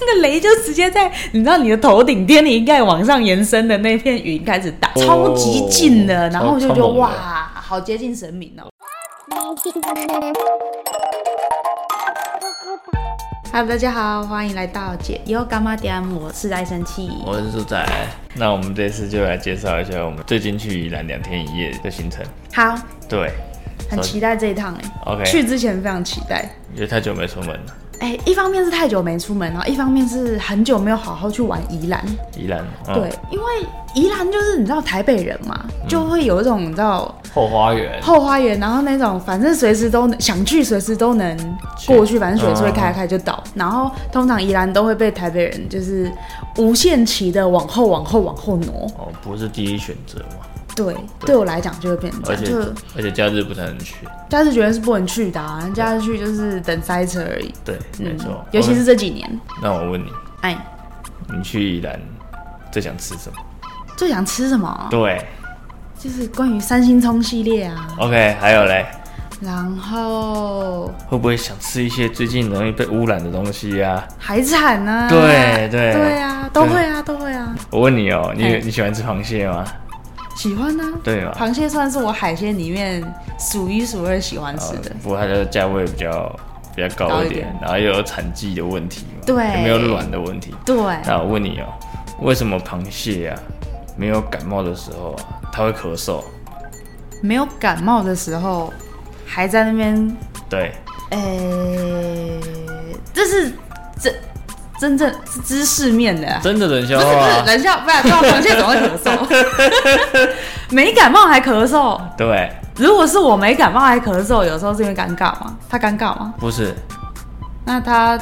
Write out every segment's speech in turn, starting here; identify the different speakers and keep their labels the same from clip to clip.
Speaker 1: 那个雷就直接在你知道你的头顶天灵盖往上延伸的那片云开始打，
Speaker 2: 哦
Speaker 1: 超级近的，然后我就觉
Speaker 2: 超
Speaker 1: 得
Speaker 2: 超猛的
Speaker 1: 哇，好接近神明哦。Hello，大家好，欢迎来到解忧干妈店，我是爱生气。
Speaker 2: 我是猪仔，那我们这次就来介绍一下我们最近去宜兰两天一夜的行程。
Speaker 1: 好，
Speaker 2: 对，
Speaker 1: 很期待这一趟哎、
Speaker 2: OK
Speaker 1: 去之前非常期待。
Speaker 2: 因为太久没出门了，
Speaker 1: 哎、一方面是太久没出门，然后一方面是很久没有好好去玩宜兰。
Speaker 2: 宜兰、嗯、
Speaker 1: 对，因为宜兰就是你知道台北人嘛，就会有一种你知道
Speaker 2: 后花园
Speaker 1: 后花园，然后那种反正随时都能想去，随时都能过去，反正随时会开开就到。然后通常宜兰都会被台北人就是无限期的往后、往后、往后挪。
Speaker 2: 哦，不是第一选择嘛，
Speaker 1: 对，对我来讲就会变成这
Speaker 2: 而
Speaker 1: 样，
Speaker 2: 且
Speaker 1: 就
Speaker 2: 而且假日不太能去。
Speaker 1: 假日觉得是不能去的、啊，假日去就是等塞车而已。
Speaker 2: 对，没错。
Speaker 1: 嗯尤其是
Speaker 2: 我
Speaker 1: 这几年，
Speaker 2: 那我问你，
Speaker 1: 哎，
Speaker 2: 你去宜兰最想吃什么？
Speaker 1: 哦最想吃什么？
Speaker 2: 对
Speaker 1: 就是关于三星葱系列啊，
Speaker 2: ，OK，还有嘞，
Speaker 1: 然后
Speaker 2: 会不会想吃一些最近容易被污染的东西呀、
Speaker 1: 海产啊，
Speaker 2: 对对
Speaker 1: 对啊，都会啊，都会啊，
Speaker 2: 我问你哦，你
Speaker 1: 哎
Speaker 2: 你喜欢吃螃蟹吗？
Speaker 1: 喜欢啊。
Speaker 2: 对嘛？
Speaker 1: 螃蟹算是我海鲜里面数一数二喜欢吃的，
Speaker 2: 呃不过它的价位比较比较高
Speaker 1: 高一
Speaker 2: 一点，
Speaker 1: 点
Speaker 2: 然后又有产季的问题嘛，
Speaker 1: 对
Speaker 2: 有没有卵的问题？
Speaker 1: 对，
Speaker 2: 那我问你哦，为什么螃蟹啊没有感冒的时候啊，它会咳嗽？
Speaker 1: 没有感冒的时候还在那边，
Speaker 2: 对，
Speaker 1: 呃、这是真真正是知识面的、啊。
Speaker 2: 真的冷
Speaker 1: 不
Speaker 2: 笑
Speaker 1: 是
Speaker 2: 话
Speaker 1: 不是，
Speaker 2: 啊，
Speaker 1: 冷笑，不然对啊螃蟹总会咳嗽，没感冒还咳嗽。
Speaker 2: 对，
Speaker 1: 如果是我没感冒还咳嗽，有时候是因为尴尬吗？他尴尬吗？
Speaker 2: 不是，
Speaker 1: 那他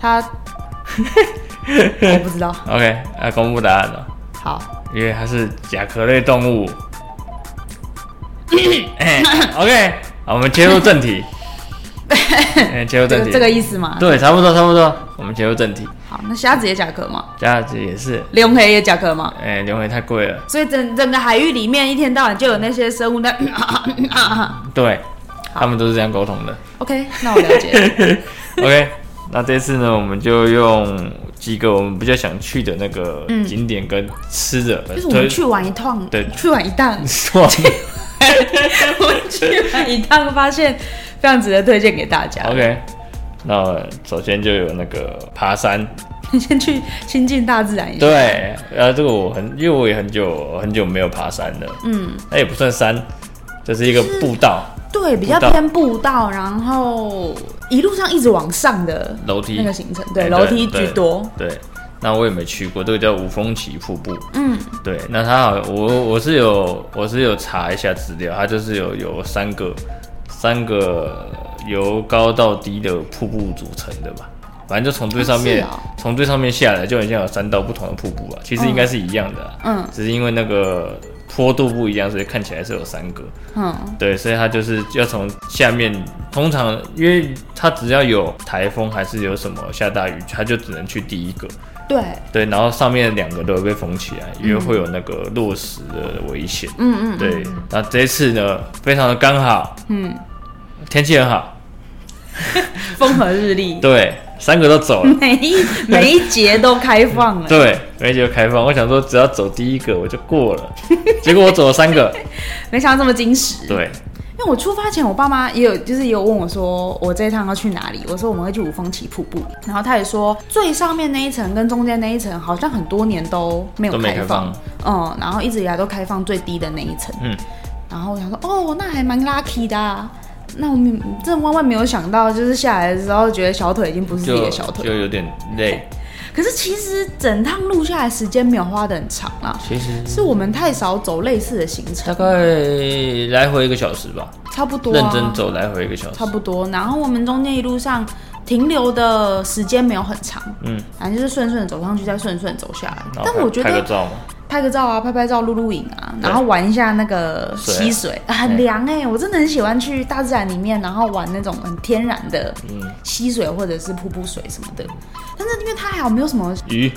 Speaker 1: 他我不知道。
Speaker 2: OK，那公布答案了，
Speaker 1: 好，
Speaker 2: 因为它是甲壳类 动物。哎 OK，好，我们切入正 题。哎切入
Speaker 1: 这
Speaker 2: 正
Speaker 1: 个
Speaker 2: 题，
Speaker 1: 这个意思吗？
Speaker 2: 对，差不多，差不多。我们切入正题，
Speaker 1: 好，那虾子也甲壳吗？
Speaker 2: 虾子也是，
Speaker 1: 李永黑也甲壳吗？
Speaker 2: 哎、刘回太贵了。
Speaker 1: 所以整整个海域里面，一天到晚就有那些生物在
Speaker 2: 对，他们都是这样沟通的。
Speaker 1: OK，那我了 解。
Speaker 2: OK，那 这次呢，我们就用几个我们比较想去的那个
Speaker 1: 嗯
Speaker 2: 景点跟吃的，
Speaker 1: 就是我们去玩一趟，
Speaker 2: 对，
Speaker 1: 去玩一趟
Speaker 2: 错，
Speaker 1: 我们去玩一趟，发现非常值得推荐给大家。
Speaker 2: OK，那首先就有那个爬山，
Speaker 1: 先去亲近大自然一下。
Speaker 2: 对，然后这个我很，因为我也很久很久没有爬山了，
Speaker 1: 嗯，
Speaker 2: 那也不算山，这是一个步道，
Speaker 1: 对，比较
Speaker 2: 步道
Speaker 1: 偏步道，然后一路上一直往上的
Speaker 2: 楼梯
Speaker 1: 那个行程，对，
Speaker 2: 哎
Speaker 1: 楼梯居多。
Speaker 2: 对，那我也没去过，这个叫五峰旗瀑布，
Speaker 1: 嗯，
Speaker 2: 对，那它好，我我是有我是有查一下资料，它就是有有三个三个由高到低的瀑布组成的吧，反正就从最上面
Speaker 1: 哦是哦
Speaker 2: 从、最上面下来，就很像有三道不同的瀑布啊，其实应该是一样的、啊，
Speaker 1: 嗯
Speaker 2: 只是因为那个坡度不一样，所以看起来是有三个，
Speaker 1: 嗯，
Speaker 2: 对，所以它就是要从下面，通常因为它只要有台风还是有什么下大雨，它就只能去第一个，
Speaker 1: 对，
Speaker 2: 对，然后上面两个都会被封起来，因为会有那个落石的危险。
Speaker 1: 嗯嗯，
Speaker 2: 对，那这一次呢，非常的刚好，
Speaker 1: 嗯，
Speaker 2: 天气很好，
Speaker 1: 风和日丽，
Speaker 2: 对，三个都走 了，
Speaker 1: 每一每一节都开放了。
Speaker 2: 对，梅姐就开放。我想说，只要走第一个我就过 了，结果我走了三个，
Speaker 1: 没想到这么惊喜。
Speaker 2: 对，
Speaker 1: 因为我出发前，我爸妈也有就是也有问我说，我这一趟要去哪里？我说我们会去五峰旗瀑布，然后他也说最上面那一层跟中间那一层好像很多年都没有
Speaker 2: 都没
Speaker 1: 开
Speaker 2: 开放
Speaker 1: 嗯，然后一直以来都开放最低的那一层，
Speaker 2: 嗯，
Speaker 1: 然后我想说，哦，那还蛮 lucky 的、啊。那我们真的万万没有想到，就是下来的时候觉得小腿已经不是自己
Speaker 2: 就
Speaker 1: 的小
Speaker 2: 就
Speaker 1: 腿。嗯
Speaker 2: 有点累。
Speaker 1: 可是其实整趟路下来时间没有花的很长啊，
Speaker 2: 其实
Speaker 1: 是我们太少走类似的行程
Speaker 2: 大，概来回一个小时吧，
Speaker 1: 差不多、啊。
Speaker 2: 认真走来回一个小时
Speaker 1: 差。不多。然后我们中间一路上停留的时间没有很长，
Speaker 2: 嗯，
Speaker 1: 反正就是顺顺地走上去，再顺顺地走下来。
Speaker 2: 然后
Speaker 1: 但
Speaker 2: 拍
Speaker 1: 我觉
Speaker 2: 拍个
Speaker 1: 得
Speaker 2: 照嘛，
Speaker 1: 拍个照啊，拍拍照、录录影啊，
Speaker 2: 对
Speaker 1: 然后玩一下那个
Speaker 2: 水啊
Speaker 1: 溪水，啊很凉哎、我真的很喜欢去大自然里面，然后玩那种很天然的
Speaker 2: 嗯，
Speaker 1: 溪水或者是瀑布水什么的。但是因为它还好没有什么，
Speaker 2: 鱼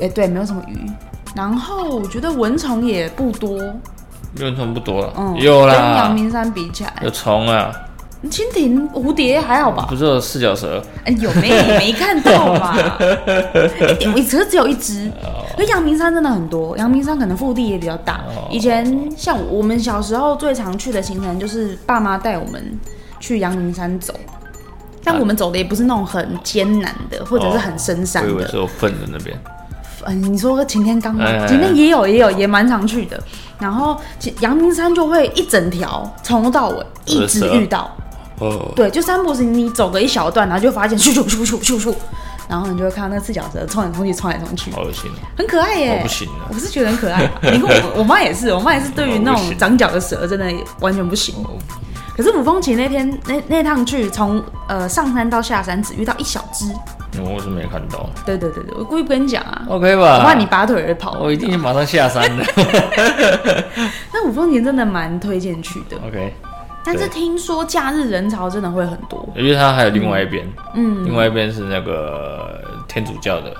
Speaker 1: 哎、对，没有什么鱼。然后我觉得蚊虫也不多，
Speaker 2: 认虫不多了，啊
Speaker 1: 嗯，
Speaker 2: 有
Speaker 1: 跟阳
Speaker 2: 啦，
Speaker 1: 明山比起来，
Speaker 2: 有虫啊，
Speaker 1: 蜻蜓、蝴蝶还好吧？
Speaker 2: 不是有四脚蛇，
Speaker 1: 哎，有没有没看到 吧？哎我只只有一只，因为阳明山真的很多，阳明山可能腹地也比较大。
Speaker 2: 哦
Speaker 1: 以前像我们小时候最常去的行程就是爸妈带我们去阳明山走，但我们走的也不是那种很艰难的，或者是很深山
Speaker 2: 哦我以为
Speaker 1: 的。
Speaker 2: 是有粪的那边。
Speaker 1: 嗯，你说擎天岗吗
Speaker 2: 哎哎哎？
Speaker 1: 前面也有，也有，也蛮常去的。然后其阳明山就会一整条从头到尾一直遇到，
Speaker 2: 哦，
Speaker 1: 对，就三步是你走个一小段，然后就发现咻咻咻咻咻咻，然后你就会看到那赤脚蛇冲来冲去，冲来冲去，
Speaker 2: 好恶心哦。
Speaker 1: 很可爱耶。
Speaker 2: 我不行了
Speaker 1: 我是觉得很可爱啊。你看 我我妈也是，我妈也是对于那
Speaker 2: 我不
Speaker 1: 种
Speaker 2: 行哦
Speaker 1: 长脚的蛇真的完全不行。可是五峰旗那天那那趟去，从呃上山到下山只遇到一小只，
Speaker 2: 你们为什么没看到
Speaker 1: 对对对对，我故意不跟你讲啊，
Speaker 2: ？OK
Speaker 1: 我
Speaker 2: 吧？
Speaker 1: 怕你拔腿而跑。
Speaker 2: 我一定马上下山 的。
Speaker 1: 那五峰旗真的蛮推荐去的，
Speaker 2: OK，
Speaker 1: 但是
Speaker 2: 对
Speaker 1: 听说假日人潮真的会很多
Speaker 2: 因为它还有另外一边，
Speaker 1: 嗯
Speaker 2: 另外一边是那个天主教的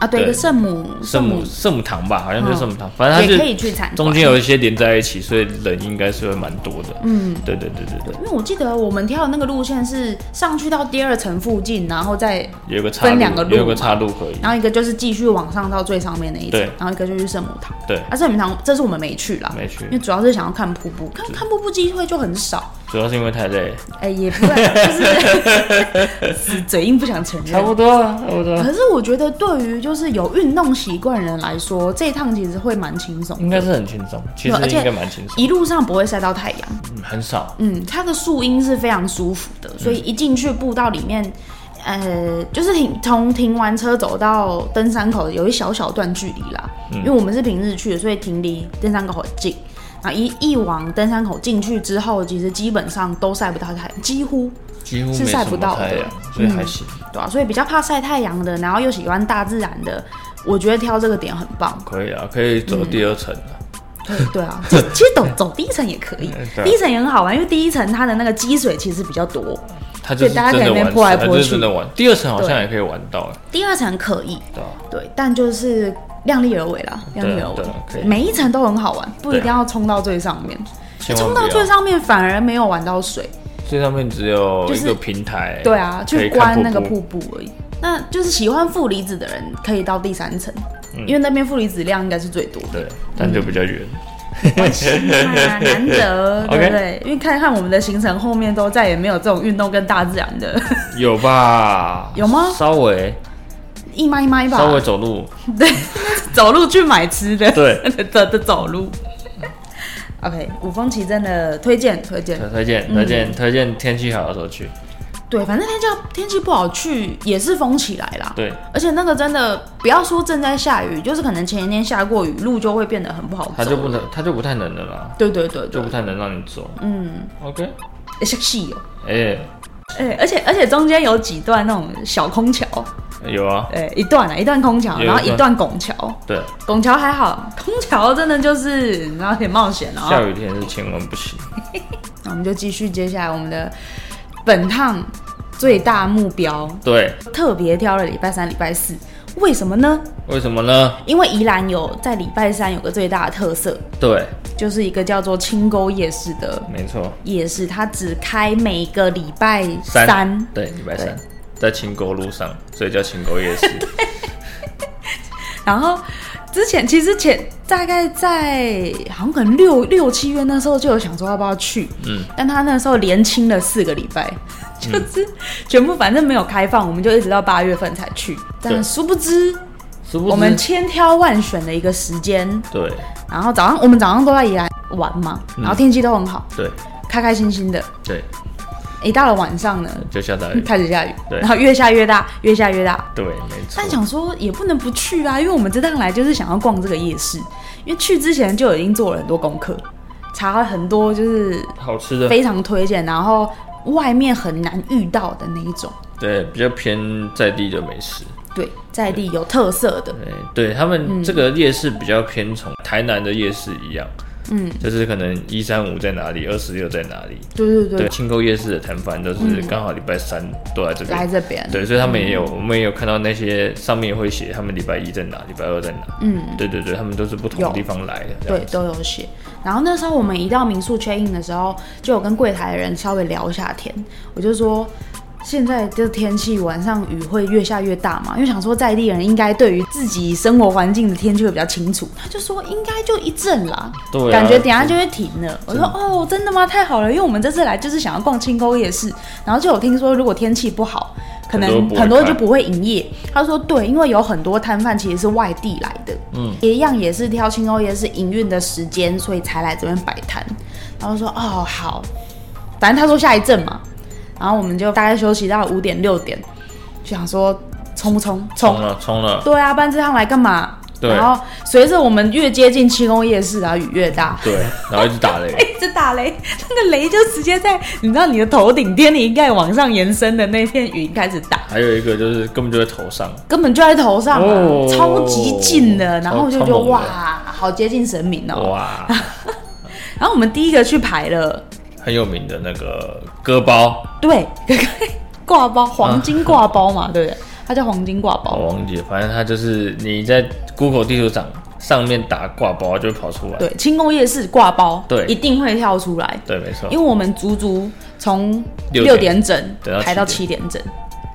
Speaker 1: 啊。对，一个
Speaker 2: 对
Speaker 1: 圣母嗯
Speaker 2: 圣母圣母堂吧，好像就是圣母堂，反
Speaker 1: 也
Speaker 2: 正
Speaker 1: 可
Speaker 2: 它
Speaker 1: 以
Speaker 2: 是
Speaker 1: 去参观，
Speaker 2: 中间有一些连在一起，所以人应该是会蛮多的。嗯，对对对对对，
Speaker 1: 因为我记得我们跳的那个路线是上去到第二层附近，然后再
Speaker 2: 有一个岔
Speaker 1: 分两个路
Speaker 2: 路，有一个岔路可以。
Speaker 1: 然后一个就是继续往上到最上面那一层
Speaker 2: 对，
Speaker 1: 然后一个就是圣母堂。
Speaker 2: 对
Speaker 1: 啊，圣母堂这是我们没去啦，
Speaker 2: 没去
Speaker 1: 因为主要是想要看瀑布，看看瀑布机会就很少。
Speaker 2: 主要是因为太累。
Speaker 1: 哎、也不会啊， 就是死嘴硬不想承认。
Speaker 2: 多啊，差不多。
Speaker 1: 可是我觉得，对于就是有运动习惯的人来说，这一趟其实会蛮轻松的，
Speaker 2: 应该是很轻松，其实
Speaker 1: 对而且
Speaker 2: 应该蛮轻松，
Speaker 1: 一路上不会晒到太阳。
Speaker 2: 嗯很少。
Speaker 1: 嗯，它的树荫是非常舒服的，所以一进去步道里面，呃，就是停从停完车走到登山口有一小小段距离啦，
Speaker 2: 嗯
Speaker 1: 因为我们是平日去的，所以停离登山口很近。然后一一往登山口进去之后，其实基本上都晒不到太阳，几乎
Speaker 2: 几乎没
Speaker 1: 是晒
Speaker 2: 什
Speaker 1: 不
Speaker 2: 么
Speaker 1: 到的嗯
Speaker 2: 太阳，所以还行。
Speaker 1: 对啊，所以比较怕晒太阳的，然后又喜欢大自然的，我觉得挑这个点很 棒。
Speaker 2: 可以啊，可以走第二层啊。
Speaker 1: 对对啊，其实其实走走第一层也可以，
Speaker 2: 对啊
Speaker 1: 第一层也很好玩，因为第一层它的那个积水其实比较多，
Speaker 2: 他就
Speaker 1: 嗯所以
Speaker 2: 是真
Speaker 1: 大家可以
Speaker 2: 的
Speaker 1: 在那
Speaker 2: 玩
Speaker 1: 边泼来
Speaker 2: 死，他
Speaker 1: 泼去
Speaker 2: 就是真的玩。第二层好像也可以玩到，哎
Speaker 1: 第二层可以，
Speaker 2: 对啊吧？
Speaker 1: 对，但就是量力而为啦，
Speaker 2: 对
Speaker 1: 量
Speaker 2: 啊
Speaker 1: 力而为
Speaker 2: 对啊可以，
Speaker 1: 每一层都很好玩，不一
Speaker 2: 对啊
Speaker 1: 定要冲到最上面。
Speaker 2: 千万
Speaker 1: 哎冲
Speaker 2: 不
Speaker 1: 到最
Speaker 2: 要。
Speaker 1: 上面反而没有玩到水，
Speaker 2: 最上面只有
Speaker 1: 就
Speaker 2: 一
Speaker 1: 是
Speaker 2: 个平台，
Speaker 1: 对啊，
Speaker 2: 哎可
Speaker 1: 去
Speaker 2: 以看
Speaker 1: 观那个
Speaker 2: 瀑
Speaker 1: 瀑布而已。那就是喜欢负离子的人可以到第三层，
Speaker 2: 嗯
Speaker 1: 因为那边负离子量应该是最多 的。
Speaker 2: 对，但就比较远。
Speaker 1: 开心啊，难得，对
Speaker 2: OK
Speaker 1: 不对？因为看看我们的行程后面都再也没有这种运动跟大自然的
Speaker 2: 嗯有吧？
Speaker 1: 有吗
Speaker 2: 稍微
Speaker 1: 一麦一麦吧，嗯
Speaker 2: 稍微走路，
Speaker 1: 对，走路去买吃的，
Speaker 2: 对
Speaker 1: 的的走路。OK，五峰旗真的推荐推荐，
Speaker 2: 推荐推荐推荐天气好的时候去。
Speaker 1: 对，反正天气天气不好去也是封起来啦。
Speaker 2: 对，
Speaker 1: 而且那个真的不要说正在下雨，就是可能前一天下过雨，路就会变得很不好走。
Speaker 2: 它就不能，它就不太能的啦，
Speaker 1: 对对对
Speaker 2: 就
Speaker 1: 对
Speaker 2: 不，太能让你走。
Speaker 1: 嗯，
Speaker 2: OK，
Speaker 1: 欸像戏哦，
Speaker 2: 哎，
Speaker 1: 哎、而且而且中间有几段那种小空桥，
Speaker 2: 有啊，
Speaker 1: 哎、一段啊，一段空桥，
Speaker 2: 有一
Speaker 1: 然后一
Speaker 2: 段
Speaker 1: 段拱桥，
Speaker 2: 对，
Speaker 1: 拱桥还好，空桥真的就是然后很冒险啊。
Speaker 2: 下雨天是千万不行。
Speaker 1: 那我们就继续接下来我们的本趟最大目标，
Speaker 2: 对，
Speaker 1: 特别挑了礼拜三、礼拜四，为什么呢？
Speaker 2: 为什么呢？
Speaker 1: 因为宜兰有在礼拜三有个最大的特色，
Speaker 2: 对，
Speaker 1: 就是一个叫做清沟夜市的
Speaker 2: 没错，
Speaker 1: 夜市，它只开每个礼拜三。
Speaker 2: 三，对，礼拜三在清沟路上，所以叫清沟 夜市。
Speaker 1: 然后之前其实前大概在好像可能六六七月那时候就有想说要不要去，
Speaker 2: 嗯，
Speaker 1: 但他那时候连清了四个礼拜，就是全部反正没有开放，我们就一直到八月份才去。但
Speaker 2: 对
Speaker 1: 殊不知
Speaker 2: 殊不知
Speaker 1: 我们千挑万选的一个时间，
Speaker 2: 对
Speaker 1: 然后早上我们早上都在宜兰玩嘛，
Speaker 2: 嗯
Speaker 1: 然后天气都很好，
Speaker 2: 对
Speaker 1: 开开心心的。
Speaker 2: 对，
Speaker 1: 一到了晚上呢，
Speaker 2: 就下大雨。
Speaker 1: 开始下雨，
Speaker 2: 对
Speaker 1: 然后越下越大，越下越大。
Speaker 2: 对，没错
Speaker 1: 但。想说也不能不去啊，因为我们这趟来就是想要逛这个夜市，因为去之前就已经做了很多功课，查了很多就是
Speaker 2: 好吃的，
Speaker 1: 非常推荐，然后外面很难遇到的那一种，
Speaker 2: 对，比较偏在地的美食。
Speaker 1: 对，在地有特色的，
Speaker 2: 嗯对，对他们这个夜市比较偏从台南的夜市一样，嗯，就是可能一三五在哪里，二四六在哪里。
Speaker 1: 对对对，
Speaker 2: 对，嗯清沟夜市的摊贩都是刚好礼拜三都来这边，
Speaker 1: 来这边，
Speaker 2: 对，所以他们也有，我们也有看到那些上面会写他们礼拜一在哪，礼拜二在哪。嗯，对对对，他们都是不同的
Speaker 1: 有
Speaker 2: 地方来的。这
Speaker 1: 对
Speaker 2: 样，
Speaker 1: 都有写。然后那时候我们一到民宿 check in 的时候，就有跟柜台的人稍微聊一下天，我就说。现在这天气，晚上雨会越下越大嘛？因为想说在地人应该对于自己生活环境的天气会比较清楚。他就说应该就一阵啦，
Speaker 2: 对啊
Speaker 1: 感觉等一下就会停了。我说哦，真的吗？太好了，因为我们这次来就是想要逛清沟夜市，然后就有听说如果天气不好，可能
Speaker 2: 很多不会
Speaker 1: 很多
Speaker 2: 开
Speaker 1: 就不会营业。他说对，因为有很多摊贩其实是外地来的，嗯，一样也是挑青州夜市营运的时间，所以才来这边摆摊。然后说哦好，反正他说下一阵嘛，然后我们就大概休息到五点六点，就想说冲不冲
Speaker 2: 冲
Speaker 1: 冲。
Speaker 2: 了冲了，
Speaker 1: 对啊，不然这趟来干嘛？
Speaker 2: 对
Speaker 1: 然后随着我们越接近清宫夜市啊，雨越大，
Speaker 2: 对，然后一直打雷。
Speaker 1: 一直打雷，那个雷就直接在你知道你的头顶天，你应该往上延伸的那片云开始打，
Speaker 2: 还有一个就是根本就在头上，
Speaker 1: 根本就在头上啊，
Speaker 2: 哦
Speaker 1: 超级近的，然后就觉
Speaker 2: 超
Speaker 1: 得
Speaker 2: 猛的
Speaker 1: 哇，好接近神明哦、
Speaker 2: 哇，
Speaker 1: 然后我们第一个去排了，
Speaker 2: 很有名的那个割包，
Speaker 1: 对， 挂
Speaker 2: 啊
Speaker 1: 包黄金挂包嘛，
Speaker 2: 嗯
Speaker 1: 对不对？它叫黄金挂包，
Speaker 2: 我忘记了，反正它就是你在 Google 地图上上面打挂包就会跑出来。
Speaker 1: 对，清宫夜市挂包，
Speaker 2: 对
Speaker 1: 一定会跳出来，
Speaker 2: 对，没错
Speaker 1: 因为，我们足足从
Speaker 2: 六
Speaker 1: 六
Speaker 2: 点
Speaker 1: 点整
Speaker 2: 等到
Speaker 1: 排到
Speaker 2: 七
Speaker 1: 七点整，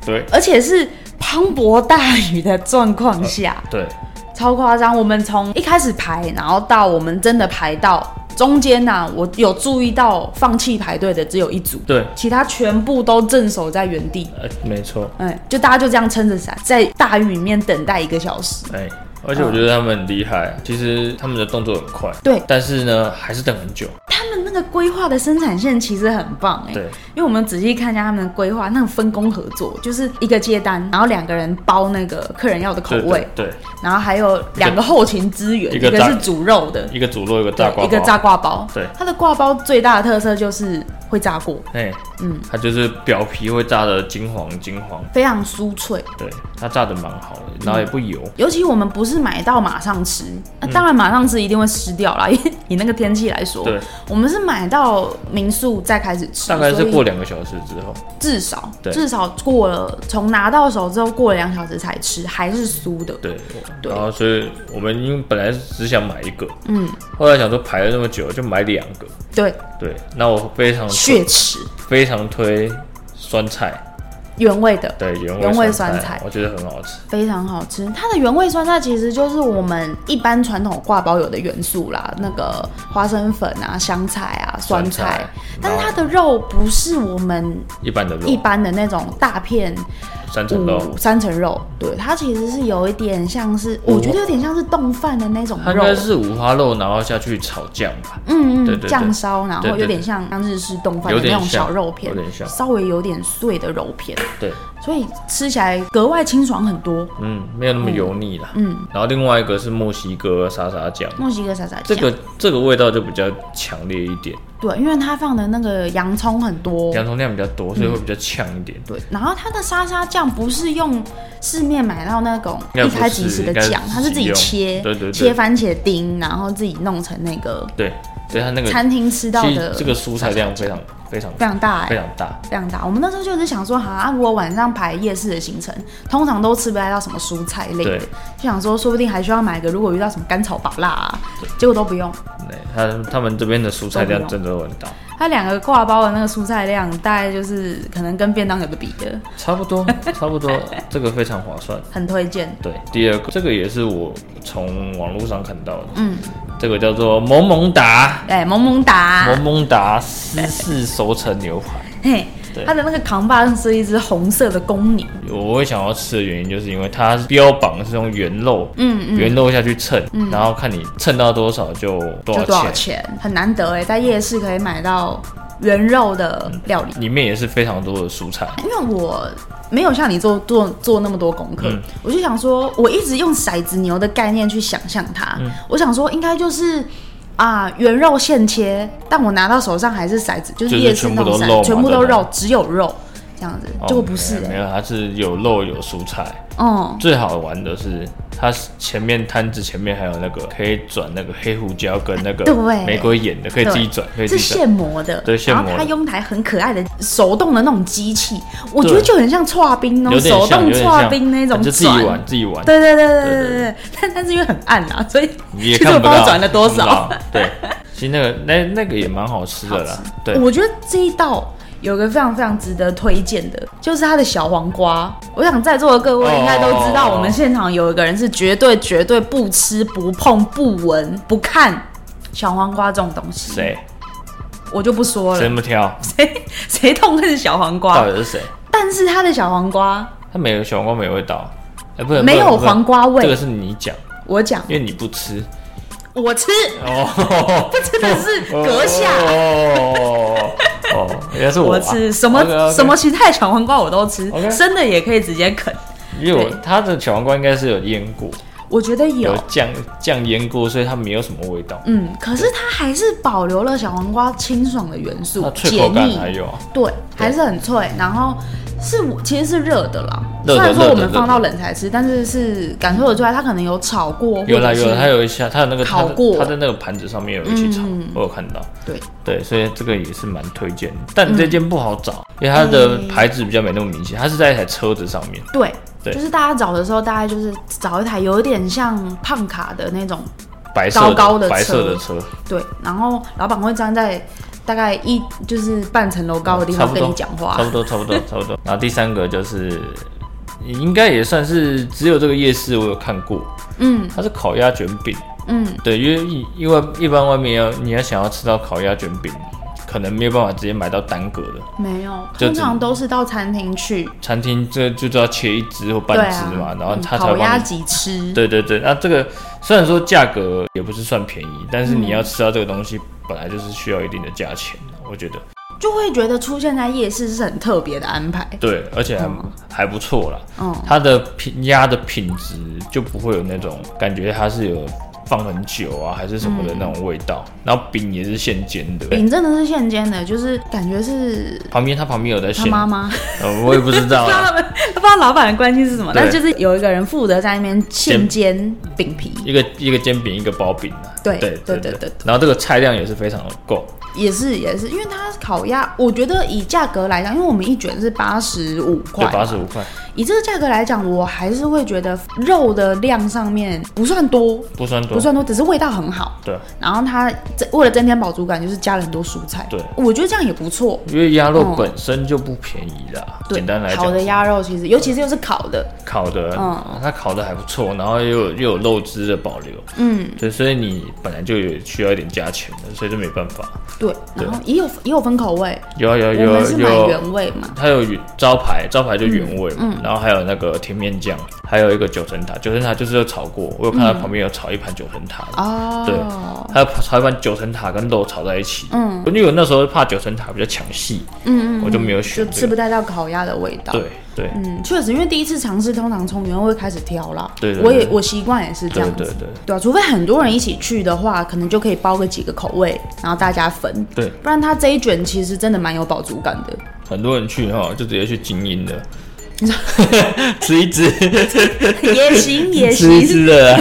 Speaker 2: 对
Speaker 1: 而且是磅礴大雨的状况下。
Speaker 2: 对，
Speaker 1: 超夸张！我们从一开始排，然后到我们真的排到中间呐、我有注意到放弃排队的只有一组，
Speaker 2: 对，
Speaker 1: 其他全部都镇守在原地。
Speaker 2: 呃，没错，
Speaker 1: 哎，就大家就这样撑着伞，在大雨里面等待一个小时。
Speaker 2: 哎，而且我觉得他们很厉害，其实他们的动作很快，
Speaker 1: 对
Speaker 2: 但是呢，还是等很久，
Speaker 1: 他们那个规划的生产线其实很棒哎、
Speaker 2: 对，
Speaker 1: 因为我们仔细看一下他们的规划，那个分工合作就是一个接单，然后两个人包那个客人要的口
Speaker 2: 对
Speaker 1: 味，
Speaker 2: 对，
Speaker 1: 然后还有两个后勤资源，
Speaker 2: 一
Speaker 1: 一
Speaker 2: 个
Speaker 1: 个
Speaker 2: 炸
Speaker 1: 是煮肉的
Speaker 2: 对，一个煮肉，一个
Speaker 1: 对
Speaker 2: 炸挂包，
Speaker 1: 一个炸，挂包。
Speaker 2: 对
Speaker 1: 它的挂包最大的特色就是会炸过，
Speaker 2: 哎，嗯，它就是表皮会炸的金黄金黄，
Speaker 1: 非常酥脆。
Speaker 2: 对，它炸的蛮好的，然后也不油，
Speaker 1: 尤其我们不是买到马上吃，
Speaker 2: 嗯
Speaker 1: 那、当然马上吃一定会湿掉啦， 因为以那个天气来说。
Speaker 2: 对，
Speaker 1: 我们是买到民宿再开始吃，
Speaker 2: 大概是
Speaker 1: 所以
Speaker 2: 过两个小时之后，
Speaker 1: 至少
Speaker 2: 对
Speaker 1: 至少过了，从拿到手之后过了两小时才吃，还是酥的。
Speaker 2: 对，
Speaker 1: 对
Speaker 2: 然后所以我们因为本来只想买一个，嗯，后来想说排了那么久，就买两个，
Speaker 1: 对，
Speaker 2: 对，那我非常
Speaker 1: 血池
Speaker 2: 非常推酸菜，
Speaker 1: 原味的
Speaker 2: 对，原味
Speaker 1: 原味
Speaker 2: 酸
Speaker 1: 酸菜
Speaker 2: 我觉得很好吃，
Speaker 1: 非常好吃，它的原味酸菜其实就是我们一般传统挂包有的元素啦，那个花生粉啊、香菜啊、酸菜，
Speaker 2: 酸菜
Speaker 1: 但是它的肉不是我们
Speaker 2: 一般的肉
Speaker 1: 一，般的那种大片
Speaker 2: 三层肉，
Speaker 1: 五三层肉，对，它其实是有一点像是，我觉得有点像是冻饭的那种
Speaker 2: 它应
Speaker 1: 肉，
Speaker 2: 该是五花肉，然后下去炒酱吧，
Speaker 1: 嗯
Speaker 2: 对
Speaker 1: 嗯，
Speaker 2: 对
Speaker 1: 酱烧，然
Speaker 2: 对
Speaker 1: 后
Speaker 2: 对
Speaker 1: 有点像像日式冻饭的
Speaker 2: 有点
Speaker 1: 那种
Speaker 2: 像
Speaker 1: 小肉片
Speaker 2: 有点，像
Speaker 1: 稍微有点碎的肉片，
Speaker 2: 对，
Speaker 1: 所以吃起来格外清爽很多。
Speaker 2: 嗯，没有那么油腻啦，嗯，然后另外一个是墨西哥沙沙酱，
Speaker 1: 墨西哥沙沙酱，
Speaker 2: 这个这个味道就比较强烈一点，
Speaker 1: 对，因为它放的那个洋葱很多，
Speaker 2: 洋葱量比较多，所以会比较呛一点，
Speaker 1: 对，然后它的沙沙酱不是用市面买到那种
Speaker 2: 应该
Speaker 1: 一
Speaker 2: 不是
Speaker 1: 开即食的
Speaker 2: 应
Speaker 1: 酱
Speaker 2: 该是，
Speaker 1: 它是自己
Speaker 2: 自己用
Speaker 1: 切，
Speaker 2: 对对对
Speaker 1: 切番茄丁，然后自己弄成那个
Speaker 2: 对，所以它那个
Speaker 1: 餐厅吃到
Speaker 2: 其
Speaker 1: 的
Speaker 2: 实，这个蔬菜量非常非常
Speaker 1: 非常大哎、
Speaker 2: 非常大，
Speaker 1: 非常大。我们那时候就是想说，哈、啊，如果晚上排夜市的行程，通常都吃不太到什么蔬菜类的
Speaker 2: 对，
Speaker 1: 就想说，说不定还需要买个，如果遇到什么甘草宝辣、啊，结果都不用。
Speaker 2: 对，他他们这边的蔬菜量真的很大，
Speaker 1: 它两个挂包的那个蔬菜量，大概就是可能跟便当有的比的，
Speaker 2: 差不 多差不多，这个非常划算。
Speaker 1: 很推荐。
Speaker 2: 对，第二个这个也是我从网络上看到的，嗯，这个叫做萌萌达，
Speaker 1: 哎，萌萌哒，
Speaker 2: 萌萌达湿式熟成牛排。
Speaker 1: 嘿
Speaker 2: 对，
Speaker 1: 它的那个扛把上是一只红色的公牛，
Speaker 2: 我会想要吃的原因，就是因为它标榜是用原肉，
Speaker 1: 嗯嗯，
Speaker 2: 原肉下去称，然后看你称到多少就多
Speaker 1: 就
Speaker 2: 少
Speaker 1: 多少
Speaker 2: 钱，
Speaker 1: 钱？很难得哎，在夜市可以买到原肉的料理。
Speaker 2: 里面也是非常多的蔬菜，
Speaker 1: 因为我没有像你做做做那么多功
Speaker 2: 嗯
Speaker 1: 课，我就想说，我一直用骰子牛的概念去想象它，
Speaker 2: 嗯
Speaker 1: 我想说应该就是。啊，原肉现切，但我拿到手上还是骰子，就是
Speaker 2: 就是
Speaker 1: 夜市
Speaker 2: 全部
Speaker 1: 那种骰
Speaker 2: 都肉嘛
Speaker 1: 子，全部都
Speaker 2: 对吧
Speaker 1: 肉，只有肉，这样子，
Speaker 2: 哦
Speaker 1: 结果不是
Speaker 2: 没有
Speaker 1: 哎、
Speaker 2: 没有，它是有肉有蔬菜。
Speaker 1: 哦、
Speaker 2: 最好玩的是，它前面摊子前面还有那个可以转那个黑胡椒跟那个
Speaker 1: 对
Speaker 2: 玫瑰眼的，可以自己转，可以自
Speaker 1: 是
Speaker 2: 己转。
Speaker 1: 现磨的，
Speaker 2: 对现磨的
Speaker 1: 然后它用台很可爱的手动的那种机器，我觉得就很像搓冰那
Speaker 2: 有
Speaker 1: 种
Speaker 2: 点
Speaker 1: 手
Speaker 2: 像，
Speaker 1: 动
Speaker 2: 有点
Speaker 1: 搓
Speaker 2: 像，
Speaker 1: 冰那种
Speaker 2: 你就自己
Speaker 1: 转。
Speaker 2: 玩，自己玩，
Speaker 1: 对对对对对
Speaker 2: 对
Speaker 1: 对对，但但是因为很暗啊，所以
Speaker 2: 你也
Speaker 1: 就
Speaker 2: 看
Speaker 1: 是
Speaker 2: 不
Speaker 1: 不知道
Speaker 2: 到
Speaker 1: 转了多
Speaker 2: 看不
Speaker 1: 少。
Speaker 2: 到。对，其实那个那那个也蛮好吃的啦。对，
Speaker 1: 我觉得这一道有个非常非常值得推荐的，就是它的小黄瓜。我想在座的各位应该都知道，
Speaker 2: 哦
Speaker 1: 我们现场有一个人是绝对绝对不吃、不碰、不闻、不看小黄瓜这种东西。？
Speaker 2: 谁
Speaker 1: 我就不说
Speaker 2: 谁
Speaker 1: 了。
Speaker 2: 不挑？
Speaker 1: 谁谁痛恨小黄
Speaker 2: 到
Speaker 1: 瓜？
Speaker 2: 底是谁？
Speaker 1: 但是它的小黄瓜
Speaker 2: 它没有小黄瓜没味道，哎，不能
Speaker 1: 没
Speaker 2: 不
Speaker 1: 有
Speaker 2: 能不能
Speaker 1: 黄瓜
Speaker 2: 这
Speaker 1: 味
Speaker 2: 个。是你讲，
Speaker 1: 我讲，
Speaker 2: 因为你不吃
Speaker 1: 我吃，
Speaker 2: 哦。
Speaker 1: 这真的是阁下。
Speaker 2: 哦哦哦，原来是我啊
Speaker 1: 我吃什么
Speaker 2: OK，OK
Speaker 1: 什么形态小黄瓜我都吃
Speaker 2: OK
Speaker 1: 生的也可以直接啃。
Speaker 2: 因为我
Speaker 1: 对
Speaker 2: 它的小黄瓜应该是有腌过，
Speaker 1: 我觉得
Speaker 2: 有
Speaker 1: 有，
Speaker 2: 酱酱腌过，所以它没有什么味道，
Speaker 1: 嗯，可是它还是保留了小黄瓜清爽的元素
Speaker 2: 它，脆
Speaker 1: 解
Speaker 2: 口感
Speaker 1: 腻，
Speaker 2: 还有啊。
Speaker 1: 对，还是很脆。然后是我其实是热的啦，
Speaker 2: 热的
Speaker 1: 虽然说
Speaker 2: 热
Speaker 1: 我
Speaker 2: 的
Speaker 1: 们
Speaker 2: 热的
Speaker 1: 放到冷才吃，但是是感受得出来，它可能有炒过，
Speaker 2: 有啦
Speaker 1: 或者
Speaker 2: 有
Speaker 1: 是
Speaker 2: 啦，它有一下，它的那个它
Speaker 1: 烤过
Speaker 2: 的它在那个盘子上面有一起炒，我有看到。
Speaker 1: 对，
Speaker 2: 对，所以这个也是蛮推荐的，但这间不好找，因为它的牌子比较没那么明显，它是在一台车子上面。
Speaker 1: 对，
Speaker 2: 对
Speaker 1: 就是大家找的时候，大概就是找一台有点像胖卡的那种，
Speaker 2: 白色
Speaker 1: 高高的
Speaker 2: 白色
Speaker 1: 车
Speaker 2: 的车，
Speaker 1: 对，然后老板会站在大概一就是半层楼高的地
Speaker 2: 差
Speaker 1: 方
Speaker 2: 不
Speaker 1: 跟
Speaker 2: 多
Speaker 1: 你讲话
Speaker 2: 差，不多，差不多， 差不多。然后第三个就是，应该也算是只有这个夜市我有看过，
Speaker 1: 嗯
Speaker 2: 它是烤鸭卷饼。
Speaker 1: 嗯，
Speaker 2: 对，因为一因为一般外面要你要想要吃到烤鸭卷饼，可能没有办法直接买到单个的，
Speaker 1: 没有，
Speaker 2: 就
Speaker 1: 通
Speaker 2: 只
Speaker 1: 常都是到餐厅去，
Speaker 2: 餐厅这就知道切一只或半
Speaker 1: 对
Speaker 2: 只嘛，
Speaker 1: 啊，
Speaker 2: 然后
Speaker 1: 嗯
Speaker 2: 它才
Speaker 1: 烤
Speaker 2: 会帮
Speaker 1: 鸭
Speaker 2: 你
Speaker 1: 几吃，
Speaker 2: 对对对，那这个虽然说价格也不是算便宜，但是你要吃到这个东西，本来就是需要一定的价钱，我觉得
Speaker 1: 就会觉得出现在夜市是很特别的安排。
Speaker 2: 对，而且还、
Speaker 1: 嗯
Speaker 2: 还不错啦。
Speaker 1: 嗯，
Speaker 2: 它的品鸭的品质就不会有那种感觉它是有放很久啊还是什么的那种味道，然后饼也是现煎的，
Speaker 1: 饼真的是现煎的，就是感觉是
Speaker 2: 旁边它旁边有在
Speaker 1: 他
Speaker 2: 现，
Speaker 1: 妈妈，
Speaker 2: 呃，我也不知道
Speaker 1: 不知道
Speaker 2: 啊，
Speaker 1: 他们不知道老板的关系是什么，
Speaker 2: 对
Speaker 1: 但就是有一个人负责在那边现煎饼皮，
Speaker 2: 一个一个煎饼一个薄饼啊，
Speaker 1: 对
Speaker 2: 对
Speaker 1: 对对对对
Speaker 2: 然后这个菜量也是非常的够，
Speaker 1: 也是也是，因为它烤鸭，我觉得以价格来讲，因为我们一卷是八十五
Speaker 2: 就
Speaker 1: 块，
Speaker 2: 八十五块，
Speaker 1: 以这个价格来讲，我还是会觉得肉的量上面不算多，
Speaker 2: 不算多
Speaker 1: 不，算多，只是味道很好。
Speaker 2: 对。
Speaker 1: 然后它这为了增添饱足感，就是加了很多蔬菜。
Speaker 2: 对
Speaker 1: 我觉得这样也不错。
Speaker 2: 因为鸭肉本身就不便宜啦，
Speaker 1: 嗯对
Speaker 2: 简单来
Speaker 1: 好
Speaker 2: 讲
Speaker 1: 的，鸭肉其实，尤其是又是烤的，
Speaker 2: 烤的，
Speaker 1: 嗯
Speaker 2: 它烤的还不错，然后又有又有肉汁的保留，
Speaker 1: 嗯，
Speaker 2: 对，所以你本来就有需要一点加钱的，所以就没办法。
Speaker 1: 对，然后也有也有分口味，
Speaker 2: 有啊有啊
Speaker 1: 我
Speaker 2: 有啊
Speaker 1: 们是买
Speaker 2: 有啊，
Speaker 1: 原味嗯嘛，
Speaker 2: 它有原招牌，招牌就原味嘛，然后还有那个甜面酱，还有一个九层塔，九层塔就是有炒过，我有看到旁边有炒一盘九层塔的。
Speaker 1: 哦，
Speaker 2: 还有炒一盘九层塔跟肉炒在一起，
Speaker 1: 嗯，
Speaker 2: 因为我那时候怕九层塔比较抢戏，
Speaker 1: 嗯嗯，
Speaker 2: 我就没有
Speaker 1: 就
Speaker 2: 选
Speaker 1: 吃
Speaker 2: 这
Speaker 1: 不
Speaker 2: 个。
Speaker 1: 太到烤鸭的味道。
Speaker 2: 对。对
Speaker 1: 嗯，确实，因为第一次尝试，通常从原味开始挑啦。
Speaker 2: 对对
Speaker 1: 我也
Speaker 2: 对
Speaker 1: 我习惯也是这
Speaker 2: 对
Speaker 1: 样子。
Speaker 2: 对对
Speaker 1: 对啊，除非很多人一起去的话，可能就可以包个几个口味，然后大家分。
Speaker 2: 对，
Speaker 1: 不然它这一卷其实真的蛮有饱足感的。
Speaker 2: 很多人去哈，就直接去精英的，吃一只，
Speaker 1: 也行，也
Speaker 2: 吃一
Speaker 1: 行。
Speaker 2: 只的 啦。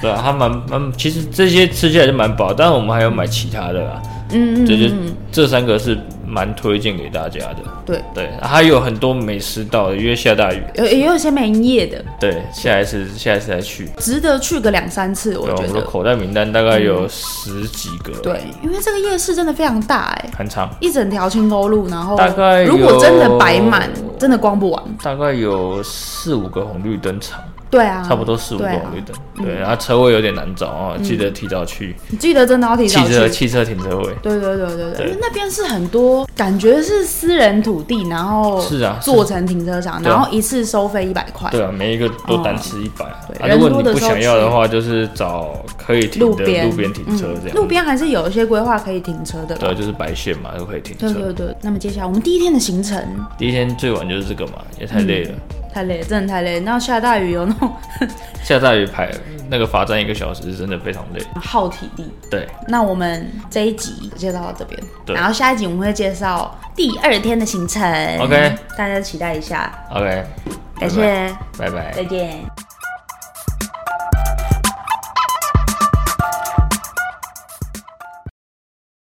Speaker 2: 对啊，还蛮蛮，其实这些吃起来就蛮饱，但是我们还有买其他的啦。
Speaker 1: 嗯嗯，
Speaker 2: 这就这三个是蛮推荐给大家的。
Speaker 1: 对，
Speaker 2: 对，还有很多没吃到的，因为下大雨。
Speaker 1: 有也有一些没营业的，
Speaker 2: 对，下一次下一次再去。
Speaker 1: 值得去个两三次，我
Speaker 2: 对，我
Speaker 1: 觉
Speaker 2: 们的
Speaker 1: 得。嗯
Speaker 2: 口袋名单大概有十几个。
Speaker 1: 对，，因为这个夜市真的非常大哎、
Speaker 2: 很长，
Speaker 1: 一整条清沟路，然后
Speaker 2: 大概有
Speaker 1: 如果真的摆满，真的逛不完。
Speaker 2: 大概有四五个红绿灯长，
Speaker 1: 对啊，
Speaker 2: 差不多四五个
Speaker 1: 对啊
Speaker 2: 红绿灯。对，然后车位有点难找啊，记得提早去。
Speaker 1: 你记得真的要提
Speaker 2: 汽
Speaker 1: 早去。
Speaker 2: 车汽车停车位。
Speaker 1: 对对对对对，
Speaker 2: 对
Speaker 1: 因为那边是很多感觉是私人土地，然后
Speaker 2: 是啊是
Speaker 1: 做成停车场，
Speaker 2: 对啊
Speaker 1: 然后一次收费一百块。
Speaker 2: 对啊，每一个都单吃一百、
Speaker 1: 嗯对
Speaker 2: 啊，
Speaker 1: 人
Speaker 2: 如果
Speaker 1: 多
Speaker 2: 你
Speaker 1: 的
Speaker 2: 不
Speaker 1: 时候
Speaker 2: 想要的
Speaker 1: 去
Speaker 2: 话，就是找可以停
Speaker 1: 路
Speaker 2: 的
Speaker 1: 边嗯
Speaker 2: 路边停车这样。
Speaker 1: 路边还是有一些规划可以停车的啦。
Speaker 2: 对，就是白线嘛，就可以停
Speaker 1: 对
Speaker 2: 车。
Speaker 1: 对对，那么接下来我们第一天的行程，
Speaker 2: 第一天最晚就是这个嘛，也太累了。
Speaker 1: 太累了，真的太累了。然后下大雨有那种
Speaker 2: 下大雨排那个罚站一个小时，真的非常累。
Speaker 1: 耗体力。
Speaker 2: 对，
Speaker 1: 那我们这一集介绍到这边，
Speaker 2: 对
Speaker 1: 然后下一集我们会介绍第二天的行程。
Speaker 2: OK
Speaker 1: 大家期待一下，
Speaker 2: OK，
Speaker 1: 感谢，
Speaker 2: 拜拜。
Speaker 1: 再见。